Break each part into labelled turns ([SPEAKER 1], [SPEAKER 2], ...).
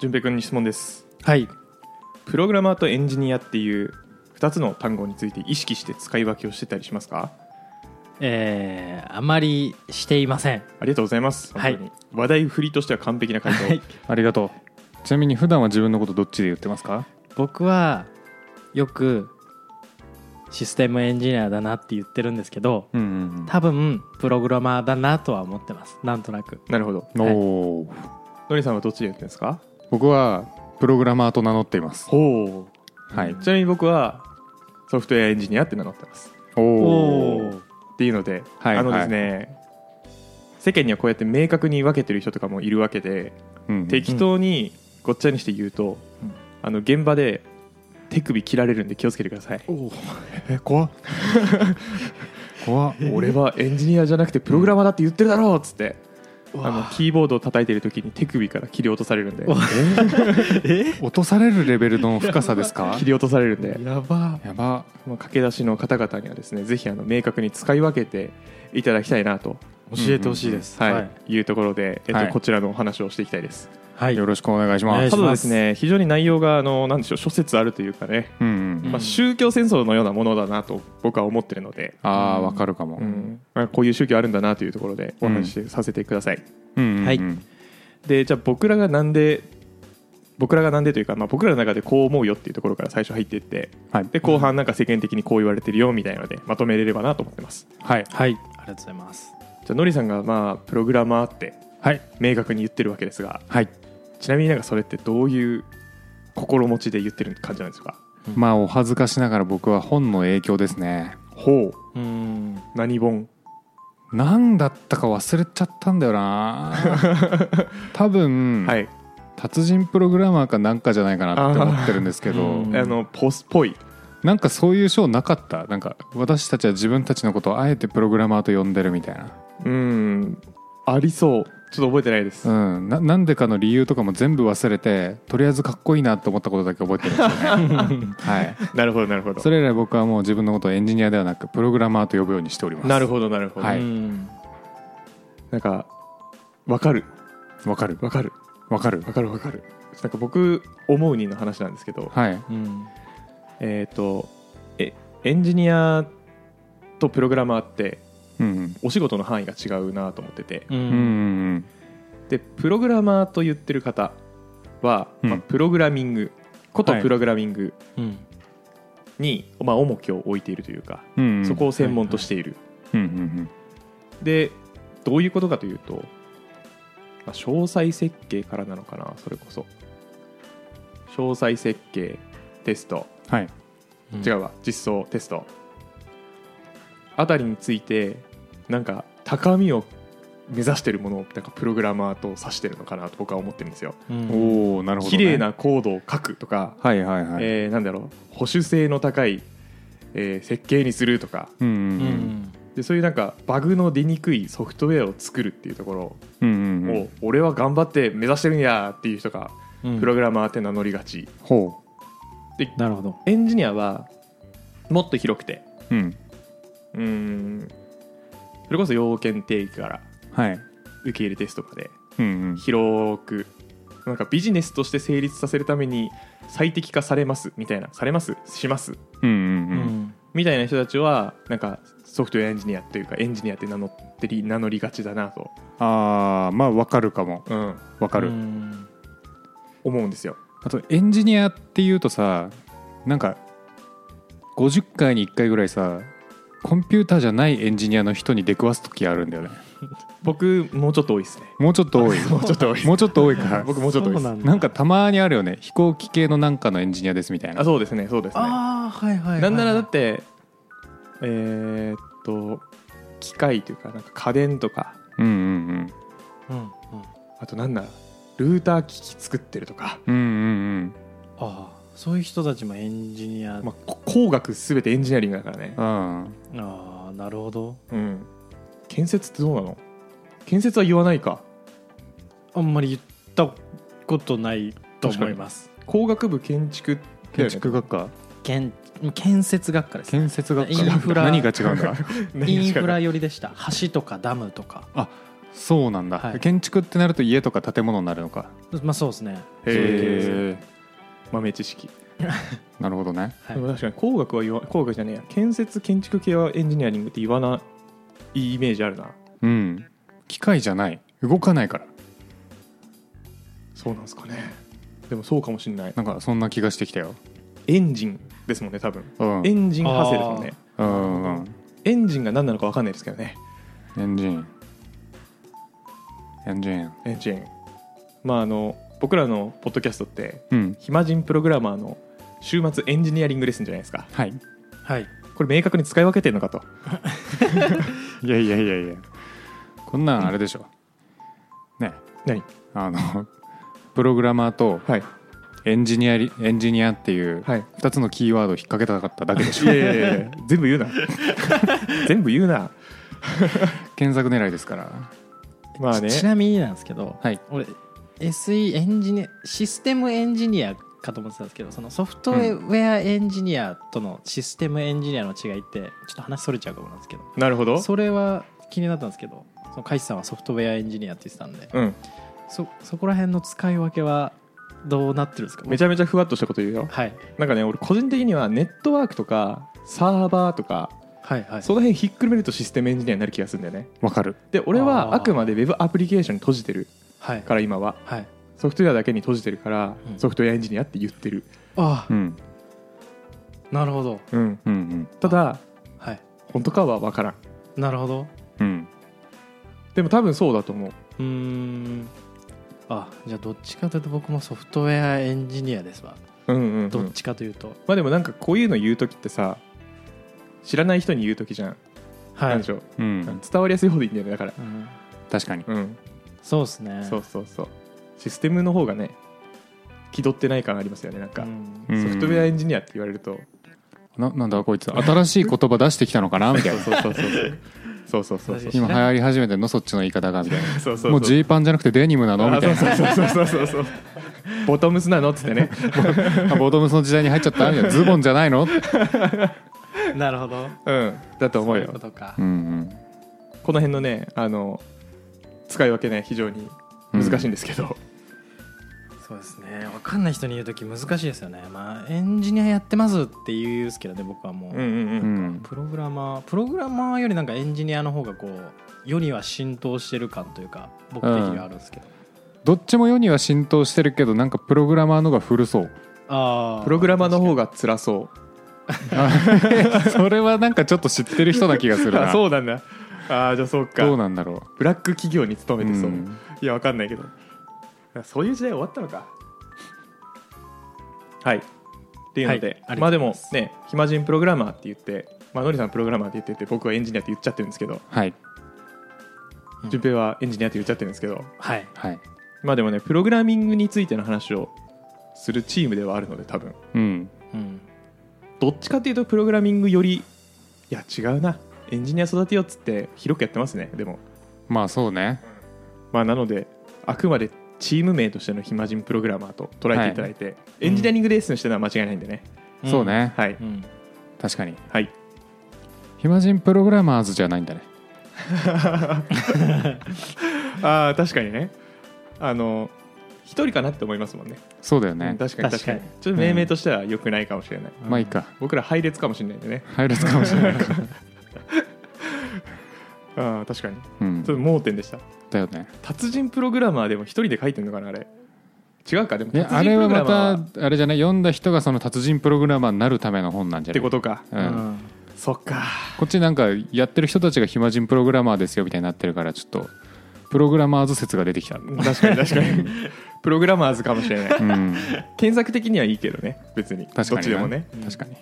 [SPEAKER 1] 淳平君に質問です
[SPEAKER 2] はい
[SPEAKER 1] プログラマーとエンジニアっていう2つの単語について意識して使い分けをしてたりしますか
[SPEAKER 2] えー、あまりしていません
[SPEAKER 1] ありがとうございます本当に、
[SPEAKER 2] はい
[SPEAKER 1] 話題振りとしては完璧な回答、
[SPEAKER 2] はい
[SPEAKER 3] ありがとうちなみに普段は自分のことどっちで言ってますか
[SPEAKER 2] 僕はよくシステムエンジニアだなって言ってるんですけど
[SPEAKER 3] うんうん
[SPEAKER 2] 多分プログラマーだなとは思ってますなんとなく
[SPEAKER 1] なるほど
[SPEAKER 3] うんおー
[SPEAKER 1] のりさんはどっちでやってるんですか
[SPEAKER 3] 僕はプログラマーと名乗っています
[SPEAKER 1] ほう
[SPEAKER 3] はい
[SPEAKER 1] ちなみに僕はソフトウェアエンジニアって名乗ってます
[SPEAKER 3] お
[SPEAKER 2] お
[SPEAKER 3] ー
[SPEAKER 2] ー
[SPEAKER 1] っていうので、
[SPEAKER 3] はい
[SPEAKER 1] あのですね世間にはこうやって明確に分けてる人とかもいるわけで
[SPEAKER 3] うん
[SPEAKER 1] 適当にごっちゃにして言うと、
[SPEAKER 2] うん
[SPEAKER 1] あの現場で手首切られるんで気をつけてください
[SPEAKER 3] え怖 っ怖っ
[SPEAKER 1] 俺はエンジニアじゃなくてプログラマーだって言ってるだろうっつって、あのキーボードを叩いてる時に手首から切り落とされるんで
[SPEAKER 3] 落とされるレベルの深さです か
[SPEAKER 1] 切り落とされるんで、
[SPEAKER 2] やば
[SPEAKER 3] やば
[SPEAKER 1] まあ、駆け出しの方々にはですねぜひあの明確に使い分けていただきたいなと、
[SPEAKER 2] 教えてほしいです、
[SPEAKER 1] はい
[SPEAKER 2] はいい、
[SPEAKER 1] うところで、えっと
[SPEAKER 3] はい
[SPEAKER 1] こちらのお話をしていきたいです。
[SPEAKER 2] はい
[SPEAKER 3] よろしくお願いしま
[SPEAKER 2] お願い
[SPEAKER 3] す
[SPEAKER 2] し
[SPEAKER 1] た
[SPEAKER 2] ま
[SPEAKER 1] だですね非常に内容があのなんでしょう諸説あるというかね、
[SPEAKER 3] うん
[SPEAKER 2] う
[SPEAKER 3] うん
[SPEAKER 2] ん
[SPEAKER 1] まあ、宗教戦争のようなものだなと僕は思ってるので、
[SPEAKER 3] ああわかるかも
[SPEAKER 1] うんまあ、こういう宗教あるんだなというところでお話しさせてください。
[SPEAKER 3] うんうんうん
[SPEAKER 2] はい
[SPEAKER 1] でじゃあ僕らがなんで僕らがなんでというか、まあ、僕らの中でこう思うよっていうところから最初入っていって
[SPEAKER 3] はい
[SPEAKER 1] で後半なんか世間的にこう言われてるよみたいなのでまとめれればなと思ってますじ
[SPEAKER 3] はい
[SPEAKER 2] はいありがとうございます
[SPEAKER 1] ゃあノリさんがまあプログラマーって
[SPEAKER 3] はい
[SPEAKER 1] 明確に言ってるわけですが
[SPEAKER 3] はい
[SPEAKER 1] ちなみになんかそれってどういう心持ちで言ってる感じなんですか
[SPEAKER 3] まあお恥ずかしながら僕は本の影響ですね
[SPEAKER 1] ほう
[SPEAKER 2] うーん
[SPEAKER 1] 何本
[SPEAKER 3] 何だったか忘れちゃったんだよ な多分、
[SPEAKER 1] はい
[SPEAKER 3] 達人プログラマーかなんかじゃないかなって思ってるんですけ
[SPEAKER 2] あ
[SPEAKER 3] ど
[SPEAKER 2] ーうん
[SPEAKER 1] あのポスっぽい
[SPEAKER 3] なんかそういう賞なかったなんか私たちは自分たちのことをあえてプログラマーと呼んでるみたいな
[SPEAKER 1] うんありそうちょっと覚えてないです、
[SPEAKER 3] うん、ななんでかの理由とかも全部忘れてとりあえずかっこいいなと思ったことだけ覚えてるんですよね、はい、
[SPEAKER 1] なるほどなるほど
[SPEAKER 3] それ以来僕はもう自分のことをエンジニアではなくプログラマーと呼ぶようにしております
[SPEAKER 1] なるほどなるほど、
[SPEAKER 3] はいう
[SPEAKER 2] ーん
[SPEAKER 1] なんかわかる
[SPEAKER 3] わかる
[SPEAKER 1] わかる
[SPEAKER 3] わかる
[SPEAKER 1] わかるわかるなんか僕思うにの話なんですけど
[SPEAKER 3] はい
[SPEAKER 2] うん
[SPEAKER 1] えっ、とえエンジニアとプログラマーって
[SPEAKER 3] うん
[SPEAKER 1] お仕事の範囲が違うなと思ってて
[SPEAKER 2] う
[SPEAKER 3] うんうんん
[SPEAKER 1] でプログラマーと言ってる方は、
[SPEAKER 3] うん
[SPEAKER 1] まあ、プログラミングこと
[SPEAKER 3] はい
[SPEAKER 1] プログラミング
[SPEAKER 2] うん
[SPEAKER 1] に、まあ、重きを置いているというか、
[SPEAKER 3] うんうん
[SPEAKER 1] そこを専門としている、
[SPEAKER 3] うんうん
[SPEAKER 1] でどういうことかというと、まあ、詳細設計からなのかなそれこそ詳細設計テスト
[SPEAKER 3] うんはい
[SPEAKER 2] うん
[SPEAKER 1] 違うわ実装テストあたりについてなんか高みを目指してるものをなんかプログラマーと指してるのかなと僕は思ってるんですよ。
[SPEAKER 2] うん
[SPEAKER 3] おおなるほど、ね、
[SPEAKER 1] 綺麗なコードを書くとか、
[SPEAKER 3] はいはいはい、
[SPEAKER 1] えーなんだろう保守性の高い、えー設計にするとか
[SPEAKER 3] うん
[SPEAKER 2] う
[SPEAKER 3] うん
[SPEAKER 2] ん
[SPEAKER 1] でそういうなんかバグの出にくいソフトウェアを作るっていうところを、
[SPEAKER 3] うんうんうん
[SPEAKER 1] 俺は頑張って目指してるんやっていう人が
[SPEAKER 2] うん
[SPEAKER 1] プログラマーって名乗りがち、
[SPEAKER 3] ほ
[SPEAKER 1] で
[SPEAKER 2] なるほど
[SPEAKER 1] エンジニアはもっと広くて
[SPEAKER 3] ううん
[SPEAKER 1] うーんそれこそ要件定義から
[SPEAKER 3] はい
[SPEAKER 1] 受け入れテストまで
[SPEAKER 3] うんうん
[SPEAKER 1] 広くなんかビジネスとして成立させるために最適化されますみたいなされますします
[SPEAKER 3] うんう
[SPEAKER 2] うんん
[SPEAKER 1] みたいな人たちはなんかソフトウェアエンジニアっていうかエンジニアって名乗ってり名乗りがちだなと、
[SPEAKER 3] うんああまあわかるかも
[SPEAKER 1] うん、
[SPEAKER 3] わかる、
[SPEAKER 2] うん
[SPEAKER 1] 思うんですよ
[SPEAKER 3] あとエンジニアっていうとさなんか50回に1回ぐらいさコンピューターじゃないエンジニアの人に出くわす時あるんだよね
[SPEAKER 1] 僕もうちょっと多いですね
[SPEAKER 3] もうちょっと多い
[SPEAKER 1] もうちょっと多いです
[SPEAKER 3] もうちょっと多いから
[SPEAKER 1] 僕もうちょっと多いで
[SPEAKER 2] そう
[SPEAKER 1] す
[SPEAKER 2] なんだ
[SPEAKER 3] なんかたまにあるよね飛行機系のなんかのエンジニアですみたい
[SPEAKER 1] あ
[SPEAKER 3] な
[SPEAKER 1] そうですねそうですね
[SPEAKER 2] ああはいはいはい
[SPEAKER 1] なんならだってえーっと機械というかなんか家電とか
[SPEAKER 3] うんうん
[SPEAKER 2] うんうん
[SPEAKER 1] あとなんだルーター機器作ってるとか、
[SPEAKER 3] うんうんうん
[SPEAKER 2] ああそういう人たちもエンジニア、
[SPEAKER 1] まあ、こ工学すべてエンジニアリングだからね
[SPEAKER 3] う、んうん
[SPEAKER 2] ああなるほど
[SPEAKER 1] うん、建設ってどうなの建設は言わないか
[SPEAKER 2] あんまり言ったことないと思います
[SPEAKER 1] 工学部建築だよね
[SPEAKER 3] 建築学科
[SPEAKER 2] 建建設学科です
[SPEAKER 3] 建設学科
[SPEAKER 2] インフラ
[SPEAKER 3] 何が違うんだ
[SPEAKER 1] 何
[SPEAKER 2] イ
[SPEAKER 1] し
[SPEAKER 2] ン
[SPEAKER 1] か
[SPEAKER 2] フ
[SPEAKER 1] な
[SPEAKER 2] ラ
[SPEAKER 1] い
[SPEAKER 2] 寄りでした橋とかダムとか
[SPEAKER 3] あそうなんだ、
[SPEAKER 2] はい
[SPEAKER 3] 建築ってなると家とか建物になるのか
[SPEAKER 2] まあ そうですね
[SPEAKER 1] へー
[SPEAKER 2] そういう
[SPEAKER 3] え
[SPEAKER 1] 豆知識、
[SPEAKER 3] なるほどね
[SPEAKER 2] はい
[SPEAKER 1] でも確かに工学は言わ工学じゃねえや建設建築系はエンジニアリングって言わないイメージあるな
[SPEAKER 3] うん機械じゃない動かないから
[SPEAKER 1] そうなんですかねでもそうかもしれない
[SPEAKER 3] なんかそんな気がしてきたよ
[SPEAKER 1] エンジンですもんね多分
[SPEAKER 3] うん
[SPEAKER 1] エンジン派生ですもんね
[SPEAKER 3] うんうんうん
[SPEAKER 1] エンジンが何なのか分かんないですけどね
[SPEAKER 3] エンジンエンジン
[SPEAKER 1] エンジンまああの僕らのポッドキャストって
[SPEAKER 3] うん
[SPEAKER 1] 暇人プログラマーの週末エンジニアリングレッスンじゃないですか
[SPEAKER 3] はい
[SPEAKER 2] はい
[SPEAKER 1] これ明確に使い分けてるのかと
[SPEAKER 3] いやいやいやいやこんなんあれでしょね
[SPEAKER 1] 何
[SPEAKER 3] あのプログラマーと
[SPEAKER 1] はい
[SPEAKER 3] エンジニアリエンジニアっていう
[SPEAKER 1] はい
[SPEAKER 3] 2つのキーワードを引っ掛けたかっただけでし
[SPEAKER 1] い
[SPEAKER 3] ょ
[SPEAKER 1] やいやいやいや 全部言うな全部言うな
[SPEAKER 3] 検索狙いですから
[SPEAKER 1] まあね
[SPEAKER 2] ちちなみになんですけど、
[SPEAKER 3] はい
[SPEAKER 2] 俺 SE エンジニアシステムエンジニアかと思ってたんですけどそのソフトウェアエンジニアとのシステムエンジニアの違いってちょっと話それちゃうかもなんですけど
[SPEAKER 1] なるほど
[SPEAKER 2] それは気になったんですけどその海士さんはソフトウェアエンジニアって言ってたんで
[SPEAKER 1] うん
[SPEAKER 2] そそこら辺の使い分けはどうなってるんですか
[SPEAKER 1] めちゃめちゃふわっとしたこと言うよ
[SPEAKER 2] はい
[SPEAKER 1] なんかね俺個人的にはネットワークとかサーバーとか
[SPEAKER 2] はいはい
[SPEAKER 1] その辺ひっくるめるとシステムエンジニアになる気がするんだよね
[SPEAKER 3] わかる
[SPEAKER 1] で俺
[SPEAKER 2] あ
[SPEAKER 1] は
[SPEAKER 2] ー
[SPEAKER 1] あくまで Web アプリケーションに閉じてる
[SPEAKER 2] はい
[SPEAKER 1] から今は
[SPEAKER 2] はい
[SPEAKER 1] ソフトウェアだけに閉じてるから
[SPEAKER 2] うん
[SPEAKER 1] ソフトウェアエンジニアって言ってる、
[SPEAKER 2] あ
[SPEAKER 3] うん
[SPEAKER 2] あなるほど
[SPEAKER 1] うん、
[SPEAKER 3] うんうん
[SPEAKER 1] ただ
[SPEAKER 2] はい
[SPEAKER 1] 本当かは分からん
[SPEAKER 2] なるほど
[SPEAKER 3] うん
[SPEAKER 1] でも多分そうだと思う
[SPEAKER 2] うーんあじゃあどっちかというと僕もソフトウェアエンジニアですわ
[SPEAKER 1] うんうん、うん
[SPEAKER 2] どっちかというと、
[SPEAKER 1] まあでもなんかこういうの言う時ってさ知らない人に言う時じゃん、
[SPEAKER 2] は
[SPEAKER 1] ないんでしょう
[SPEAKER 3] う
[SPEAKER 1] うん
[SPEAKER 3] ん
[SPEAKER 1] 伝わりやすい方でいいんだよねだから
[SPEAKER 2] うん
[SPEAKER 3] 確かに
[SPEAKER 1] うん、
[SPEAKER 2] そうですね
[SPEAKER 1] そうそうそうシステムの方がね気取ってない感ありますよねなんか、
[SPEAKER 2] うん
[SPEAKER 3] うん
[SPEAKER 1] ソフトウェアエンジニアって言われると、
[SPEAKER 3] ななんだこいつ新しい言葉出してきたの かなみたいな
[SPEAKER 1] そうそう そうそうそうそうそうそう
[SPEAKER 3] 今流行り始めてんのそっちの言い方がみたいな
[SPEAKER 1] そうそう
[SPEAKER 3] もうジーパンじゃなくてデニムなのみ
[SPEAKER 1] あ
[SPEAKER 3] た
[SPEAKER 1] そう
[SPEAKER 3] い
[SPEAKER 1] そうそうそうそうそうボトムスなのっつってね
[SPEAKER 3] なボトムスの時代に入っちゃったみ たいなズボンじゃないの
[SPEAKER 2] なるほど
[SPEAKER 1] うんだと思
[SPEAKER 2] そう
[SPEAKER 1] う
[SPEAKER 2] いう
[SPEAKER 1] よ
[SPEAKER 2] ことか
[SPEAKER 3] うんうん
[SPEAKER 1] この辺のねあの使い分けね非常に難しいんですけど、
[SPEAKER 2] そうですね分かんない人に言う時難しいですよねまあエンジニアやってますって言うんですけどね僕はもう、
[SPEAKER 1] うん、うんうん
[SPEAKER 3] うん
[SPEAKER 2] プログラマープログラマーよりなんかエンジニアの方がこう世には浸透してる感というか僕的にはあるんですけど、
[SPEAKER 3] どっちも世には浸透してるけどなんかプログラマーのが 古そう
[SPEAKER 2] ああ
[SPEAKER 1] プログラマーの方
[SPEAKER 2] が
[SPEAKER 1] が辛そう
[SPEAKER 3] それはなんかちょっと知ってる人な気がするな
[SPEAKER 1] あ そうなんだあーじゃあそうか
[SPEAKER 3] どうなんだろ
[SPEAKER 1] ブラック企業に勤
[SPEAKER 3] う、
[SPEAKER 1] めてそう、
[SPEAKER 3] ん
[SPEAKER 1] いやわかんないけどそういう時代終わったのかはいっていうので、
[SPEAKER 2] はいあり
[SPEAKER 1] まあ
[SPEAKER 2] がと
[SPEAKER 1] で
[SPEAKER 2] うございま
[SPEAKER 1] も
[SPEAKER 2] す
[SPEAKER 1] ね暇人プログラマーって言ってまあのりさんプログラマーって言ってて僕はエンジニアって言っちゃってるんですけど
[SPEAKER 3] はい
[SPEAKER 2] うん
[SPEAKER 1] 順平はエンジニアって言っちゃってるんですけど
[SPEAKER 2] はい
[SPEAKER 3] はい
[SPEAKER 1] まあでもねプログラミングについての話をするチームではあるので多分
[SPEAKER 3] うん
[SPEAKER 2] うん
[SPEAKER 1] どっちかっていうとプログラミングよりいや違うなエンジニア育てようっつって広くやってますねでも
[SPEAKER 3] まあそうね
[SPEAKER 1] まあなのであくまでチーム名としての暇人プログラマーと捉えていただいて、エンジニアリングレッスンしてるのは間違いないんでね、
[SPEAKER 3] そうね、
[SPEAKER 1] はい
[SPEAKER 2] うん
[SPEAKER 3] 確かに
[SPEAKER 1] はい
[SPEAKER 3] 暇人プログラマーズじゃないんだね
[SPEAKER 1] あー確かにねあの一人かなって思いますもんね
[SPEAKER 3] そうだよ
[SPEAKER 1] うん
[SPEAKER 3] ね
[SPEAKER 1] 確かに確かに
[SPEAKER 2] 確か
[SPEAKER 1] ちょっと命名としては良くないかもしれない、
[SPEAKER 3] まあいいか
[SPEAKER 1] 僕ら配列かもしれないんでね
[SPEAKER 3] 入るかもしれない か、
[SPEAKER 1] あー確かにち
[SPEAKER 3] うん、
[SPEAKER 1] ょっと盲点でした
[SPEAKER 3] だよね
[SPEAKER 1] 達人プログラマーでも一人で書いてるのかなあれ違うかでも
[SPEAKER 3] で
[SPEAKER 1] 達
[SPEAKER 3] あ
[SPEAKER 1] 人
[SPEAKER 3] れ
[SPEAKER 1] プロ
[SPEAKER 3] は
[SPEAKER 1] グラマーは
[SPEAKER 3] またあれじゃない読んだ人がその達人プログラマーになるための本なん
[SPEAKER 1] っ
[SPEAKER 3] じゃ
[SPEAKER 1] て
[SPEAKER 3] ない
[SPEAKER 1] ことか、
[SPEAKER 3] うん
[SPEAKER 1] そっか
[SPEAKER 3] こっちなんかやってる人たちが暇人プログラマーですよみたいになってるからちょっとプログラマーズ説が出てきた、う
[SPEAKER 1] 確かに確かに プログラマーズかもしれない
[SPEAKER 3] ん、
[SPEAKER 1] 検索的にはいいけどね別に
[SPEAKER 3] 確かにな
[SPEAKER 1] どっちでもね
[SPEAKER 2] うん
[SPEAKER 3] 確かに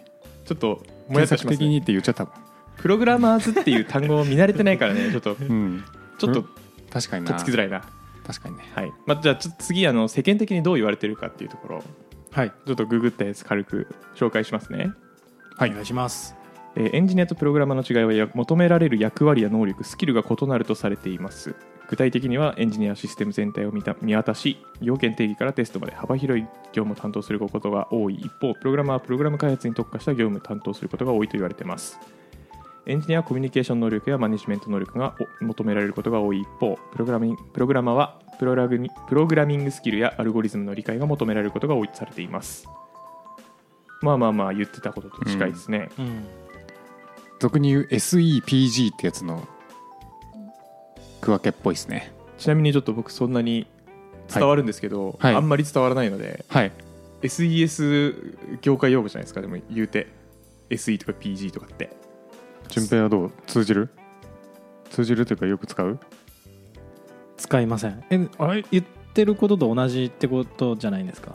[SPEAKER 1] ちょっともや
[SPEAKER 3] 検
[SPEAKER 1] っとし
[SPEAKER 3] 索
[SPEAKER 1] ます、
[SPEAKER 3] 的
[SPEAKER 1] ね、
[SPEAKER 3] にって言っちゃったも
[SPEAKER 1] プログラマーズっていう単語を見慣れてないから ねちょっと
[SPEAKER 3] ん、うん、
[SPEAKER 1] ちょっと
[SPEAKER 3] うん確かに
[SPEAKER 1] と
[SPEAKER 3] な
[SPEAKER 1] っつきづらいな
[SPEAKER 3] 確かにね
[SPEAKER 1] はい、まあ、じゃあちょっと次あの世間的にどう言われてるかっていうところ
[SPEAKER 2] はい
[SPEAKER 1] ちょっとググったやつ軽く紹介しますね、
[SPEAKER 3] はい
[SPEAKER 2] お願いします
[SPEAKER 1] えーエンジニアとプログラマーの違いはや求められる役割や能力スキルが異なるとされています具体的にはエンジニアシステム全体を見た見渡し要件定義からテストまで幅広い業務を担当することが多い一方プログラマーはプログラム開発に特化した業務を担当することが多いと言われていますエンジニアはコミュニケーション能力やマネジメント能力がお求められることが多い一方プログラミンプログラマーはプロラグミプログラミングスキルやアルゴリズムの理解が求められることが多いとされていますまあまあまあ言ってたことと近いですね、
[SPEAKER 2] うん
[SPEAKER 3] 俗に言う SEPG ってやつの区分けっぽいですね
[SPEAKER 1] ちなみにちょっと僕そんなに伝わるんですけど、
[SPEAKER 3] はい
[SPEAKER 1] あんまり伝わらないので
[SPEAKER 3] はい
[SPEAKER 1] SES 業界用語じゃないですかでも言うて SE とか PG とかって
[SPEAKER 3] 順平はどう通じる通じるというかよく使う
[SPEAKER 2] 使いませんえ
[SPEAKER 3] あれ
[SPEAKER 2] 言ってることと同じってことじゃないんですか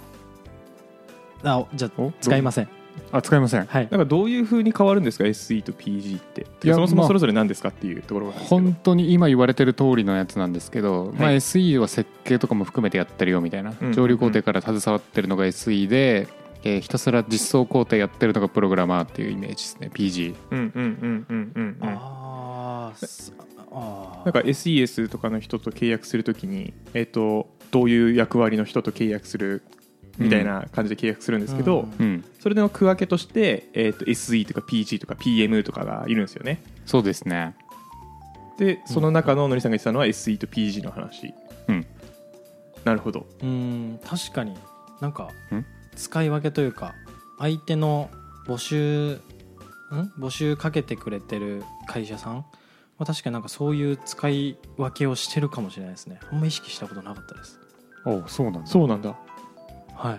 [SPEAKER 2] あおじゃあ
[SPEAKER 3] お
[SPEAKER 2] 使いません
[SPEAKER 3] あ使いません
[SPEAKER 2] はい
[SPEAKER 1] なんかどういうふうに変わるんですか SE と PG って
[SPEAKER 3] いや
[SPEAKER 1] そもそも
[SPEAKER 3] まあ
[SPEAKER 1] それぞれ何ですかっていうところなんですけど
[SPEAKER 3] 本当に今言われてる通りのやつなんですけど、まあ、
[SPEAKER 1] はい
[SPEAKER 3] SE は設計とかも含めてやってるよみたいな、
[SPEAKER 1] うん
[SPEAKER 3] 上流工程から携わってるのが SE で、えーひたすら実装工程やってるのがプログラマーっていうイメージですね PG
[SPEAKER 1] うんうんうんうんうんうん
[SPEAKER 2] あーすあー
[SPEAKER 1] なんか SES とかの人と契約するときに、えっとどういう役割の人と契約するみたいな感じで契約するんですけど、
[SPEAKER 2] うん
[SPEAKER 3] うん
[SPEAKER 1] それの区分けとして、えっと SE とか PG とか PM とかがいるんですよね
[SPEAKER 3] そうですね
[SPEAKER 1] でその中ののりさんが言ってたのは SE と PG の話
[SPEAKER 3] うん
[SPEAKER 1] なるほど
[SPEAKER 2] うん確かになんか
[SPEAKER 3] ん
[SPEAKER 2] 使い分けというか相手の募集ん募集かけてくれてる会社さんは確かになんかそういう使い分けをしてるかもしれないですねあんま意識したことなかったです
[SPEAKER 3] おそうなんだ
[SPEAKER 1] そうなんだ
[SPEAKER 2] は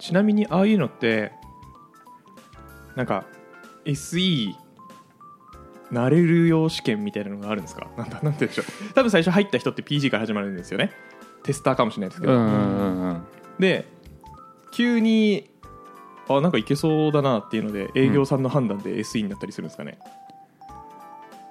[SPEAKER 2] い
[SPEAKER 1] ちなみにああいうのってなんか SE なれるよう試験みたいなのがあるんですかなんだなんて言うんでしょう多分最初入った人って PG から始まるんですよねテスターかもしれないですけ
[SPEAKER 3] うんう
[SPEAKER 1] ど、
[SPEAKER 3] んうんうん
[SPEAKER 1] で急にあなんかいけそうだなっていうので営業さんの判断で SE になったりするんですかね、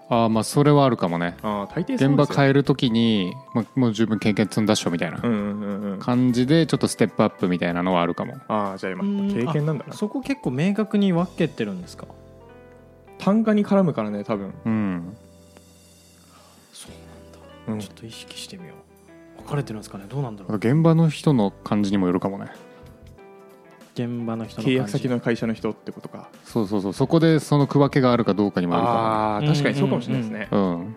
[SPEAKER 3] ああまあそれはあるかもね
[SPEAKER 1] ああ大抵そうですよ
[SPEAKER 3] 現場変
[SPEAKER 1] え
[SPEAKER 3] えるときに、まあ、もう十分経験積んだっしょみたいな
[SPEAKER 1] うんうんうんうん
[SPEAKER 3] 感じでちょっとステップアップみたいなのはあるかも
[SPEAKER 1] ああじゃあ今
[SPEAKER 2] うん
[SPEAKER 1] 経験なんだな
[SPEAKER 2] そこ結構明確に分けてるんですか
[SPEAKER 1] 単価に絡むからね多分、
[SPEAKER 3] うん
[SPEAKER 2] そう
[SPEAKER 1] う
[SPEAKER 2] なんんだちょっと意識してみよう分かれてるんですかねどうなんだろう
[SPEAKER 3] 現場の人の感じにもよるかもね
[SPEAKER 2] 現場の人の感じ
[SPEAKER 1] 契約先の会社の人ってことか
[SPEAKER 3] そうそうそうそこでその区分けがあるかどうかにもよるか
[SPEAKER 1] ああ確かにそうかもしれないですね、
[SPEAKER 3] もね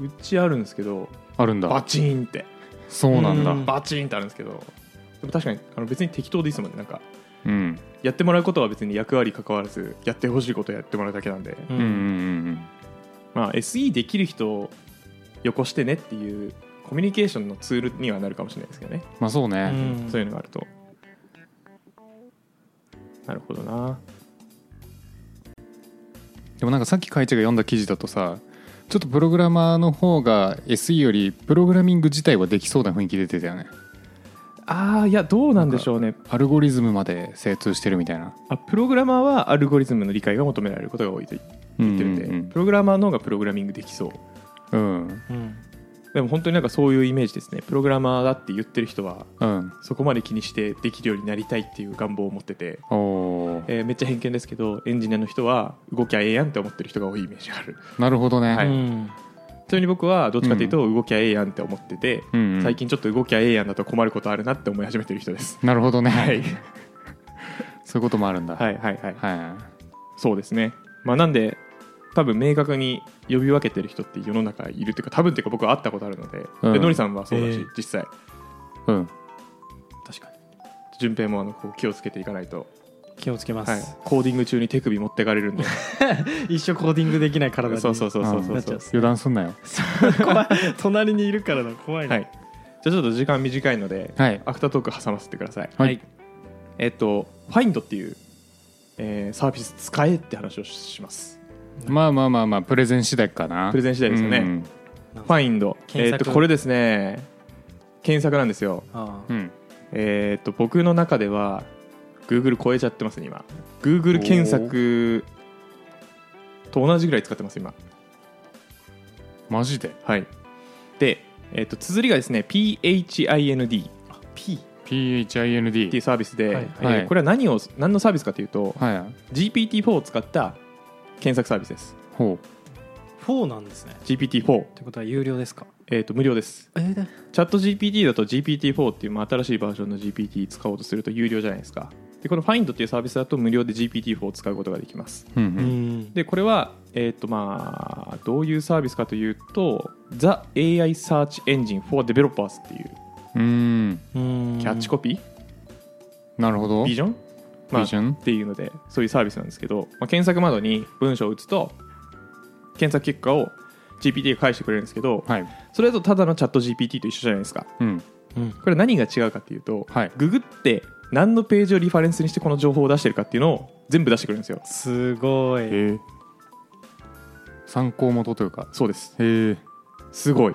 [SPEAKER 3] うん
[SPEAKER 1] うちあるんですけど
[SPEAKER 3] あるん
[SPEAKER 1] バ
[SPEAKER 3] だ
[SPEAKER 1] チーンって
[SPEAKER 3] そうなんだ
[SPEAKER 2] うん
[SPEAKER 1] バチーンってあるんですけどでも確かにあの別に適当でいいですもんねなんか
[SPEAKER 3] うん
[SPEAKER 1] やってもらうことは別に役割関わらずやってほしいことやってもらうだけなんで、
[SPEAKER 2] う
[SPEAKER 3] うんんうんうん
[SPEAKER 1] まあ、SE できる人をよこしてねっていうコミュニケーションのツールにはなるかもしれないですけどね、
[SPEAKER 3] まあそう
[SPEAKER 2] う
[SPEAKER 3] ね
[SPEAKER 2] ん
[SPEAKER 1] そういうのがあるとなるほどな
[SPEAKER 3] でもなんかさっき海地が読んだ記事だとさちょっとプログラマーの方が SE よりプログラミング自体はできそうな雰囲気出てたよね
[SPEAKER 1] あーいやどうなんでしょうね
[SPEAKER 3] アルゴリズムまで精通してるみたいな
[SPEAKER 1] あプログラマーはアルゴリズムの理解が求められることが多いと言
[SPEAKER 3] 言
[SPEAKER 1] ってるんで、プログラマーの方がプログラミングできそう
[SPEAKER 3] うん
[SPEAKER 2] うん
[SPEAKER 1] でも本当になんかそういうイメージですねプログラマーだって言ってる人は
[SPEAKER 3] うん
[SPEAKER 1] そこまで気にしてできるようになりたいっていう願望を持ってて、
[SPEAKER 3] おおー
[SPEAKER 1] えーめっちゃ偏見ですけどエンジニアの人は動きゃええやんって思ってる人が多いイメージがあ る
[SPEAKER 3] なるほどね、
[SPEAKER 1] はい
[SPEAKER 2] うん
[SPEAKER 1] ちなみに僕はどっちかというと動きゃええやんって思ってて、
[SPEAKER 3] うんうん
[SPEAKER 1] 最近ちょっと動きゃええやんだと困ることあるなって思い始めてる人です
[SPEAKER 3] なるほどね、
[SPEAKER 1] はい
[SPEAKER 3] そういうこともあるんだ
[SPEAKER 1] はいはいはい
[SPEAKER 3] は
[SPEAKER 1] そうですねまあなんで多分明確に呼び分けてる人って世の中いるっていうか多分っていうか僕は会ったことあるので,、
[SPEAKER 3] うん
[SPEAKER 1] でのりさんはそうだし、
[SPEAKER 2] ええ
[SPEAKER 1] 実際
[SPEAKER 3] いうん
[SPEAKER 2] 確かに
[SPEAKER 1] 順平もあのこう気をつけていかないと、
[SPEAKER 2] 気をつけます、
[SPEAKER 1] はい、コーディング中に手首持ってかれるんで
[SPEAKER 2] 一生コーディングできない体に
[SPEAKER 1] そうそうそうそうそう
[SPEAKER 2] なっち
[SPEAKER 1] そ
[SPEAKER 2] ゃ
[SPEAKER 1] う
[SPEAKER 2] う
[SPEAKER 3] 油断すんなよ
[SPEAKER 2] 怖い隣にいるからだ怖いな、
[SPEAKER 1] はい、じゃあちょっと時間短いので、
[SPEAKER 3] はい
[SPEAKER 1] アフタートーク挟ませてください、
[SPEAKER 3] はい
[SPEAKER 1] えっと Find っていう、えーサービス使えって話をします
[SPEAKER 3] まあまあまあまあプレゼン次第かな
[SPEAKER 1] プレゼン次第ですよね、
[SPEAKER 3] うん、
[SPEAKER 1] Find
[SPEAKER 2] 検
[SPEAKER 1] え
[SPEAKER 2] 索
[SPEAKER 1] っとこれですね検索なんですよ
[SPEAKER 2] あ
[SPEAKER 3] う
[SPEAKER 2] あ
[SPEAKER 3] ん
[SPEAKER 1] えっと僕の中では Google 超えちゃってますね今 Google 検索と同じぐらい使ってます今
[SPEAKER 3] マジで
[SPEAKER 1] はいでえっと綴りがですね PHIND っ
[SPEAKER 2] P
[SPEAKER 3] PHIND
[SPEAKER 1] ていうサービスで、
[SPEAKER 2] はい
[SPEAKER 1] えー
[SPEAKER 3] はい
[SPEAKER 1] これは何を何のサービスかというと、
[SPEAKER 3] はい
[SPEAKER 1] GPT-4 を使った検索サービスです。
[SPEAKER 3] ほ
[SPEAKER 2] 4なんですね
[SPEAKER 1] GPT-4、
[SPEAKER 2] ってことは有料ですか
[SPEAKER 1] えー、と無料です。
[SPEAKER 2] えー、
[SPEAKER 1] チャット GPT だと GPT-4 っていうまあ新しいバージョンの GPT 使おうとすると有料じゃないですか。でこの Find っていうサービスだと無料で GPT-4 を使うことができます
[SPEAKER 3] うんう
[SPEAKER 2] うんん
[SPEAKER 1] でこれは、えーとまあ、どういうサービスかというと The AI Search Engine for Developers っていう
[SPEAKER 3] うん
[SPEAKER 1] キャッチコピー、
[SPEAKER 3] なるほど
[SPEAKER 1] ビジョン、まあ、
[SPEAKER 3] ビジョン
[SPEAKER 1] っていうのでそういうサービスなんですけど、まあ、検索窓に文章を打つと検索結果を GPT が返してくれるんですけど
[SPEAKER 3] はい
[SPEAKER 1] それだとただのチャット GPT と一緒じゃないですか
[SPEAKER 3] うん
[SPEAKER 2] うん
[SPEAKER 1] これ何が違うかっていうと、
[SPEAKER 3] はい
[SPEAKER 1] ググって何のページをリファレンスにしてこの情報を出してるかっていうのを全部出してくれるんですよ
[SPEAKER 2] すごい
[SPEAKER 3] え参考元というか
[SPEAKER 1] そうです
[SPEAKER 3] へえ
[SPEAKER 1] すごい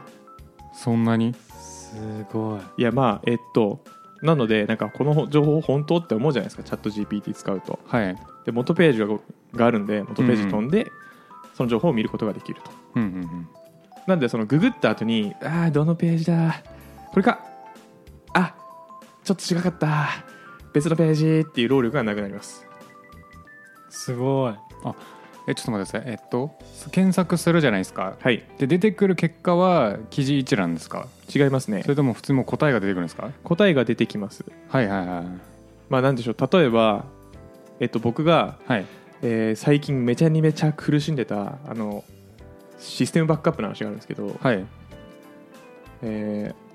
[SPEAKER 3] そんなに
[SPEAKER 2] すごい
[SPEAKER 1] いやまあえっとなのでなんかこの情報本当って思うじゃないですかチャット GPT 使うと
[SPEAKER 3] はい
[SPEAKER 1] で元ページががあるんで元ページ飛んで、その情報を見ることができると
[SPEAKER 3] うんうんうん
[SPEAKER 1] なんでそのググった後にああどのページだこれかあちょっと違かった別のページっていう労力がなくなります
[SPEAKER 2] すごい
[SPEAKER 3] えちょっと待ってくださいえっと検索するじゃないですか
[SPEAKER 1] はい
[SPEAKER 3] で出てくる結果は記事一覧ですか
[SPEAKER 1] 違いますね
[SPEAKER 3] それとも普通にもう答えが出てくるんですか
[SPEAKER 1] 答えが出てきます
[SPEAKER 3] はいはいはい
[SPEAKER 1] まあなんでしょう例えばえっと僕が、
[SPEAKER 3] はい
[SPEAKER 1] えー最近めちゃにめちゃ苦しんでたあのシステムバックアップの話があるんですけど、
[SPEAKER 3] はい
[SPEAKER 1] えー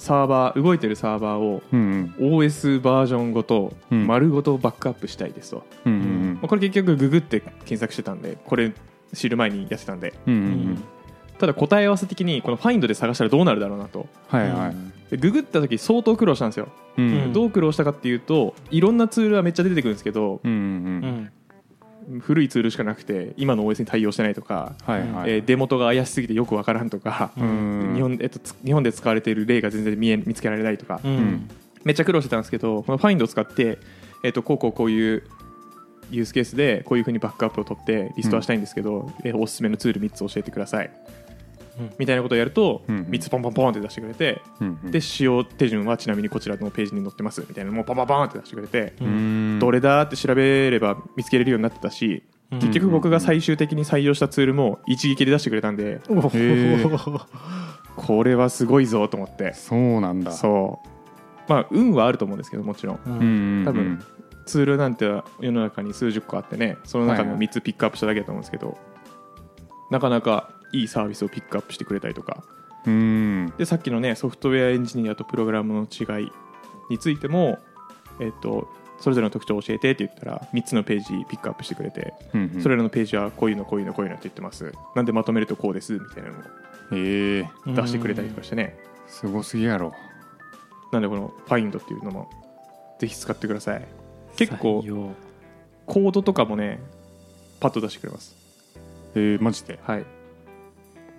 [SPEAKER 1] サーバー動いてるサーバーを
[SPEAKER 3] うんうん
[SPEAKER 1] OS バージョンごと
[SPEAKER 3] うん
[SPEAKER 1] 丸ごとバックアップしたいですと、
[SPEAKER 3] うんうん
[SPEAKER 1] まあこれ結局ググって検索してたんでこれ知る前にやってたんで
[SPEAKER 3] うんうんうん
[SPEAKER 1] ただ答え合わせ的にこの Find で探したらどうなるだろうなと
[SPEAKER 3] はいはい
[SPEAKER 1] でググった時相当苦労したんですよ、
[SPEAKER 3] うん
[SPEAKER 2] うん
[SPEAKER 1] どう苦労したかっていうといろんなツールはめっちゃ出てくるんですけど
[SPEAKER 3] うんうん
[SPEAKER 2] う
[SPEAKER 3] うん
[SPEAKER 2] ん
[SPEAKER 1] 古いツールしかなくて今の OS に対応してないとか、
[SPEAKER 3] はいはい
[SPEAKER 1] えーデモトが怪しすぎてよくわからんとか、
[SPEAKER 3] うん
[SPEAKER 1] 日本えっと、つ日本で使われている例が全然見え見つけられないとか、
[SPEAKER 2] う
[SPEAKER 3] うんん
[SPEAKER 1] めっちゃ苦労してたんですけどこの Find を使って、えっと、こうこうこういうユースケースでこういうふうにバックアップを取ってリストアしたいんですけど、えおすすめのツール3つ教えてください、
[SPEAKER 2] うん
[SPEAKER 1] みたいなことをやると、
[SPEAKER 3] うんうん
[SPEAKER 1] 3つポンポンポンって出してくれて、
[SPEAKER 3] うんうん
[SPEAKER 1] で使用手順はちなみにこちらのページに載ってますみたいなのもパンパンパンって出してくれて、
[SPEAKER 2] う
[SPEAKER 3] うんん
[SPEAKER 1] どれだって調べれば見つけれるようになってたし
[SPEAKER 2] うん
[SPEAKER 1] 結局僕が最終的に採用したツールも一撃で出してくれたんで、
[SPEAKER 2] お
[SPEAKER 3] へ
[SPEAKER 2] ー
[SPEAKER 1] これはすごいぞと思って
[SPEAKER 3] そうなんだ
[SPEAKER 1] そうまあ運はあると思うんですけどもちろん
[SPEAKER 2] う
[SPEAKER 3] うん
[SPEAKER 2] ん
[SPEAKER 3] うん
[SPEAKER 1] 多分ツールなんて世の中に数十個あってねその中の3つピックアップしただけだと思うんですけど、なかなかいいサービスをピックアップしてくれたりとか
[SPEAKER 3] うん
[SPEAKER 1] でさっきのねソフトウェアエンジニアとプログラムの違いについても、えっとそれぞれの特徴を教えてって言ったら3つのページピックアップしてくれて、
[SPEAKER 3] うんうん
[SPEAKER 1] それらのページはこういうのこういうのこういうのって言ってますなんでまとめるとこうですみたいなのを
[SPEAKER 3] ええ
[SPEAKER 1] 出してくれたりとかしてね、
[SPEAKER 3] すごすぎやろ
[SPEAKER 1] なんでこの Find っていうのもぜひ使ってください結構
[SPEAKER 2] 採用
[SPEAKER 1] コードとかもねパッと出してくれます
[SPEAKER 3] ええマジで
[SPEAKER 1] はい、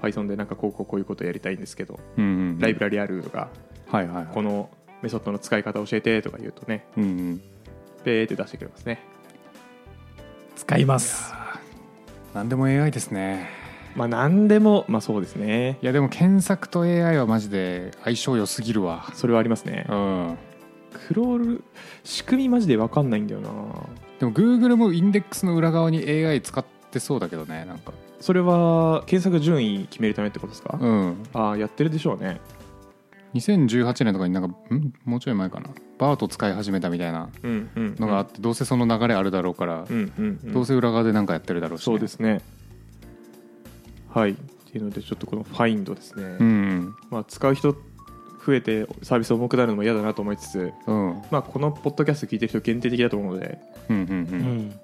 [SPEAKER 1] Python でなんかこうこうこういうことやりたいんですけど、
[SPEAKER 3] うんうん
[SPEAKER 1] ライブラリあるとか、
[SPEAKER 3] はいはいはい
[SPEAKER 1] このメソッドの使い方教えてとか言うとね、
[SPEAKER 3] うんうん
[SPEAKER 1] ペーって出してくれますね。
[SPEAKER 2] 使います
[SPEAKER 3] なんでも AI ですね
[SPEAKER 1] まあ、なんでも、まあそうですね。
[SPEAKER 3] いやでも検索と AI はマジで相性良すぎるわ
[SPEAKER 1] それはありますね
[SPEAKER 3] う。ん
[SPEAKER 1] クロール、仕組みマジで分かんないんだよな。
[SPEAKER 3] でも Google もインデックスの裏側に AI 使ってそうだけどねなんか
[SPEAKER 1] それは検索順位決めるためってことですか、
[SPEAKER 3] うん
[SPEAKER 1] ああ、やってるでしょうね。
[SPEAKER 3] 2018年とかになんかんもうちょい前かなバート使い始めたみたいな
[SPEAKER 1] うんうん。
[SPEAKER 3] のがあって、どうせその流れあるだろうから、
[SPEAKER 1] うんうん、うん。
[SPEAKER 3] どうせ裏側でなんかやってるだろうしね、
[SPEAKER 1] そうですね。はい。っていうので、ちょっとこの Find ですね。
[SPEAKER 3] うん
[SPEAKER 1] まあ、使う人増えてサービス重くなるのも嫌だなと思いつつ、
[SPEAKER 3] うんうん
[SPEAKER 1] まあ、このポッドキャスト聞いてる人限定的だと思うので
[SPEAKER 3] うんうんう
[SPEAKER 2] うんん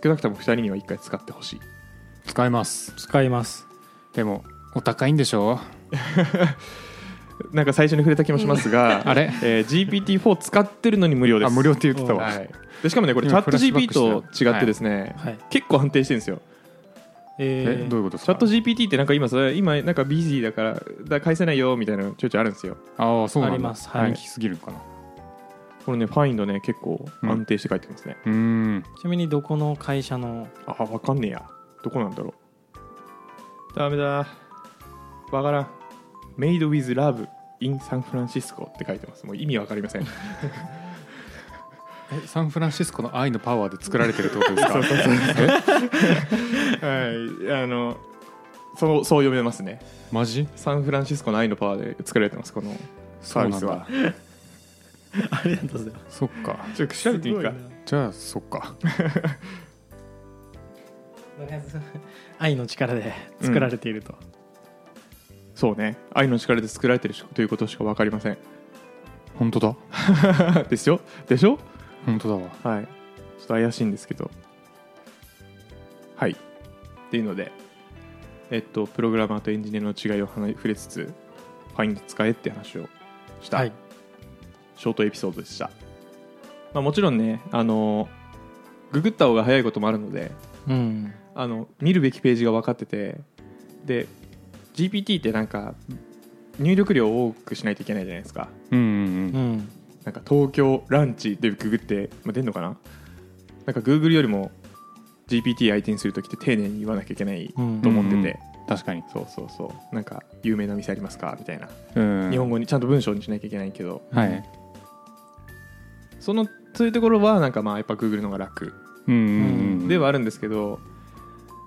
[SPEAKER 1] 少なくとも2人には1回使ってほしい
[SPEAKER 3] 使います
[SPEAKER 2] 使います
[SPEAKER 3] でもお高いんでしょ
[SPEAKER 1] なんか最初に触れた気もしますが
[SPEAKER 3] あれ
[SPEAKER 1] えー GPT4 使ってるのに無料です
[SPEAKER 3] あ無料って言ってたわ、
[SPEAKER 1] はい、でしかもねこれチャ
[SPEAKER 3] 今
[SPEAKER 1] ット GPT と
[SPEAKER 3] フラッシュ
[SPEAKER 1] 違っ
[SPEAKER 3] バックした
[SPEAKER 1] てですね、
[SPEAKER 2] はい
[SPEAKER 1] 結構安定してるんですよ
[SPEAKER 2] え
[SPEAKER 3] え
[SPEAKER 2] ー
[SPEAKER 3] どういうことです
[SPEAKER 1] チャ
[SPEAKER 3] か
[SPEAKER 1] ット GPT ってなんか今それ今なんかビジーだからだから返せないよみたいなのちょいちょいあるんですよ
[SPEAKER 3] ああそうなんだ
[SPEAKER 2] ありますは
[SPEAKER 3] はいい、人気すぎるのかな
[SPEAKER 1] このね Find ね結構安定して書いてますね、
[SPEAKER 3] うーん
[SPEAKER 2] ちなみにどこの会社の
[SPEAKER 1] ああ分かんねえやどこなんだろうダメだわからん Made with love in San Francisco って書いてますもう意味わかりま せん
[SPEAKER 3] えサンフランシスコの愛のパワーで作られてるってことです か
[SPEAKER 1] はい、あのそうそう読めますね
[SPEAKER 3] マジ
[SPEAKER 1] サンフランシスコの愛のパワーで作られてますこのサービスは
[SPEAKER 2] ありがとうございま
[SPEAKER 3] そっか
[SPEAKER 1] ちょっと
[SPEAKER 2] す
[SPEAKER 1] 調べてみるか
[SPEAKER 2] すごいな
[SPEAKER 3] じゃあそっか
[SPEAKER 2] とりあえず愛の力で作られていると、
[SPEAKER 1] そうね愛の力で作られてるしということしか分かりません
[SPEAKER 3] 本当だ
[SPEAKER 1] ですよでしょ
[SPEAKER 3] 本当だわ
[SPEAKER 1] はいちょっと怪しいんですけどはいっていうのでえっとプログラマーとエンジニアの違いを話触れつつファイン使えって話をした、
[SPEAKER 2] はい
[SPEAKER 1] ショートエピソードでした、まあ、もちろんねあのググった方が早いこともあるので
[SPEAKER 2] うん
[SPEAKER 1] あの見るべきページが分かっててで GPT ってなんか入力量を多くしないといけないじゃないですか
[SPEAKER 3] うんうん
[SPEAKER 2] う
[SPEAKER 3] うん
[SPEAKER 2] ん
[SPEAKER 1] なんか東京ランチでググって、まあ、出んのかななんか Google よりも GPT 相手にするときって丁寧に言わなきゃいけない
[SPEAKER 2] うん
[SPEAKER 1] と思ってて、
[SPEAKER 3] うんうん確かに
[SPEAKER 1] そうそうそうなんか有名な店ありますかみたいな、
[SPEAKER 3] うん
[SPEAKER 1] 日本語にちゃんと文章にしなきゃいけないけど
[SPEAKER 3] はい
[SPEAKER 1] そのそういうところはなんかまあやっぱ Google の方が楽
[SPEAKER 3] うんうんうん
[SPEAKER 1] ではあるんですけど、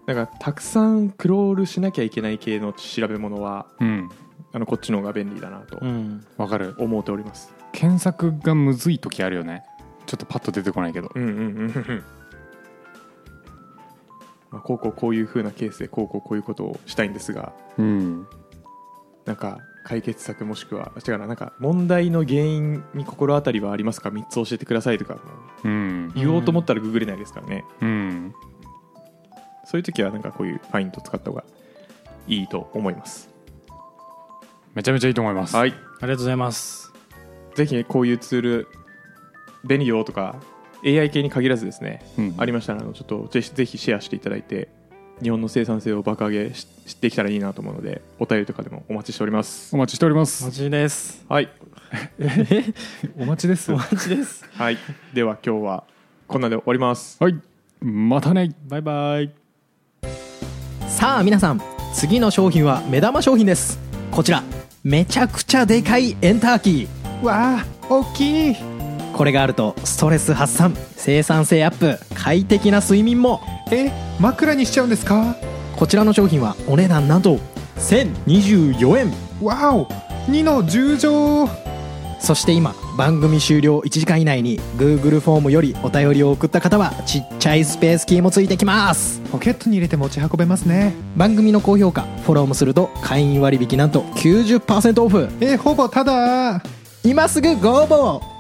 [SPEAKER 1] なんかたくさんクロールしなきゃいけない系の調べ物は
[SPEAKER 3] うん
[SPEAKER 1] あのこっちの方が便利だなと
[SPEAKER 2] うん
[SPEAKER 3] わかる
[SPEAKER 1] 思っております、
[SPEAKER 3] 検索がむずい時あるよねちょっとパッと出てこないけど
[SPEAKER 1] うんうんうんうんまあこうこうこういう風なケースでこうこうこういうことをしたいんですが
[SPEAKER 3] うん
[SPEAKER 1] なんか解決策もしくは違うななんか問題の原因に心当たりはありますか3つ教えてくださいとか
[SPEAKER 3] うん
[SPEAKER 1] 言おうと思ったらググれないですからね、
[SPEAKER 3] うん
[SPEAKER 1] そういう時はなんかこういうファイント使った方がいいと思います
[SPEAKER 3] めちゃめちゃいいと思います
[SPEAKER 1] はい
[SPEAKER 2] ありがとうございます
[SPEAKER 1] ぜひねこういうツール便利よとか AI 系に限らずですね
[SPEAKER 3] うん
[SPEAKER 1] ありましたらあのちょっとぜひぜひシェアしていただいて日本の生産性を爆上げししできたらいいなと思うのでお便りとかでもお待ちしております
[SPEAKER 3] お待ちしておりま
[SPEAKER 2] お
[SPEAKER 3] す
[SPEAKER 2] 待ち です
[SPEAKER 1] はい、
[SPEAKER 3] お待ちです
[SPEAKER 2] お
[SPEAKER 3] は
[SPEAKER 2] 待ちです
[SPEAKER 1] はい、では今日はこんなで終わります
[SPEAKER 3] いまたね
[SPEAKER 2] バイバイさあ皆さん次の商品は目玉商品ですこちらめちゃくちゃでかいエンターキーわあ大きいこれがあるとストレス発散生産性アップ快適な睡眠も
[SPEAKER 3] え枕にしちゃうんですか
[SPEAKER 2] こちらの商品はお値段なんと1024円
[SPEAKER 3] わお2の10乗
[SPEAKER 2] そして今番組終了1時間以内に Google フォームよりお便りを送った方はちっちゃいスペースキーもついてきます
[SPEAKER 3] ポケットに入れて持ち運べますね
[SPEAKER 2] 番組の高評価フォローもすると会員割引なんと90%オフ
[SPEAKER 3] えほぼただ
[SPEAKER 2] 今すぐご応募を